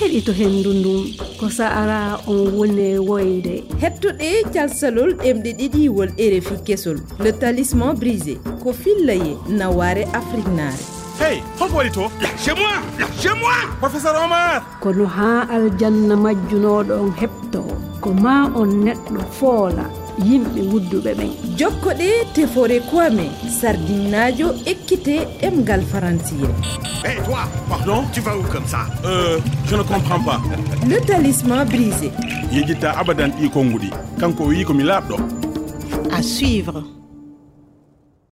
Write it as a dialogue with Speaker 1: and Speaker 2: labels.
Speaker 1: heɗito henndu ndun ko sa'ara on wone woyde
Speaker 2: hettuɗe calsalol ɗemɗe ɗiɗiwol erefi kesol le talisman brisé ko fillaye naware afrique naare
Speaker 3: hey holko waɗi to
Speaker 4: Lâchez moi Lâchez moi
Speaker 3: professeur omar
Speaker 1: kono haa aljanna majjunoɗo on heɓto ko ma on neɗɗo foola yimɓe wudduɓe ɓen
Speaker 2: jokkoɗe E, tefore kuame sardinajo ekkite ɗemgal farantiyere
Speaker 4: Hé toi
Speaker 3: Non.
Speaker 4: Tu vas où comme ça
Speaker 3: euh je ne comprends pas
Speaker 2: le talisman brisé
Speaker 3: yejitta abadan ɗi konnguɗi kanko o wi komi laaɓɗo
Speaker 5: À suivre.